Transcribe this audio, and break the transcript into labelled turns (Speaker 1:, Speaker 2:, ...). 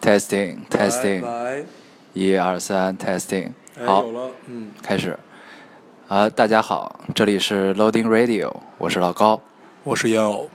Speaker 1: testing
Speaker 2: 来
Speaker 1: testing，
Speaker 2: 来，
Speaker 1: 一二三 testing，
Speaker 2: 哎，
Speaker 1: 好
Speaker 2: 有，了，嗯，
Speaker 1: 开始。啊、大家好，这里是 Loading Radio，我是老高。
Speaker 2: 我是烟偶。